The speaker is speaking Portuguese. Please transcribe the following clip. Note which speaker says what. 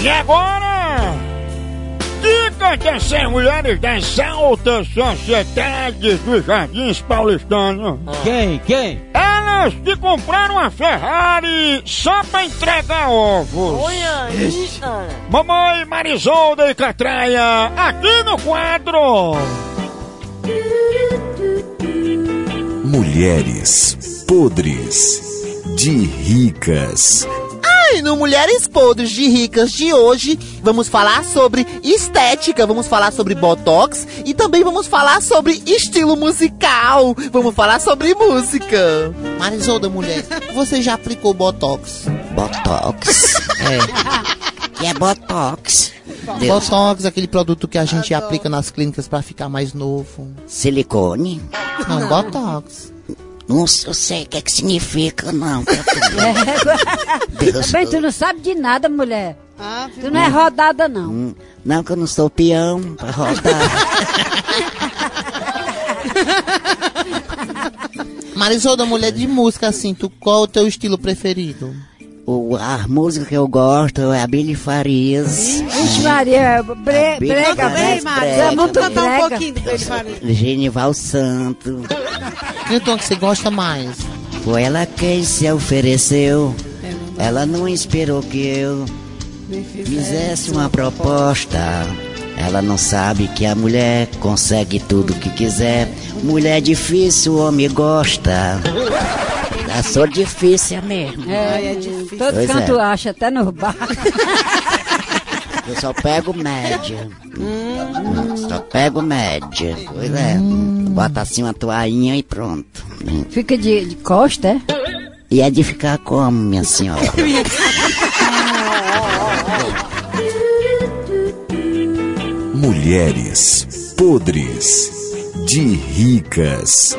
Speaker 1: E agora? Dica de 100 mulheres das altas sociedades dos Jardins Paulistanos.
Speaker 2: Ah. Quem? Quem?
Speaker 1: Elas que compraram a Ferrari só pra entregar ovos.
Speaker 3: Olha aí, cara.
Speaker 1: Mamãe Marisolda e Catraia, aqui no quadro.
Speaker 4: Mulheres podres de ricas.
Speaker 5: E no Mulheres Podres de Ricas de hoje, vamos falar sobre estética, vamos falar sobre botox e também vamos falar sobre estilo musical. Vamos falar sobre música. Marisolda, mulher, você já aplicou botox?
Speaker 6: Botox. Que é Botox? Deus.
Speaker 5: Botox, aquele produto que a gente aplica nas clínicas pra ficar mais novo.
Speaker 6: Silicone?
Speaker 5: Não, botox.
Speaker 6: Não sei- eu sei o que, é que significa, não. Deus.
Speaker 7: É, Bem, tu não sabe de nada, mulher.
Speaker 3: Ah,
Speaker 7: tu não é rodada, não.
Speaker 6: Hum, Não, que eu não sou peão pra rodar.
Speaker 5: Marisolda, mulher de música, assim, tu, qual o teu estilo preferido?
Speaker 6: O, a música que eu gosto é a Billy Farias,
Speaker 7: Vixe, Maria, bre, brega,
Speaker 6: também,
Speaker 7: velho.
Speaker 6: Maria.
Speaker 7: Tu é muito
Speaker 3: Vou
Speaker 5: Tá
Speaker 3: cantar um
Speaker 7: brega.
Speaker 3: pouquinho do Pedro Farinha.
Speaker 6: Genival Santo.
Speaker 5: Então, o que você gosta mais?
Speaker 6: Foi ela quem se ofereceu. Ela não esperou que eu fizesse uma proposta. Ela não sabe que a mulher consegue tudo que quiser. Mulher difícil, homem gosta. Eu sou difícil mesmo.
Speaker 7: É, todo
Speaker 6: Pois
Speaker 7: canto
Speaker 6: é.
Speaker 7: acha, até no bar.
Speaker 6: Eu só pego média. Só pego média. Pois é. Bota assim uma toalhinha e pronto.
Speaker 7: Fica de, de costa, é?
Speaker 6: E é de ficar como, minha senhora?
Speaker 4: Mulheres podres de ricas.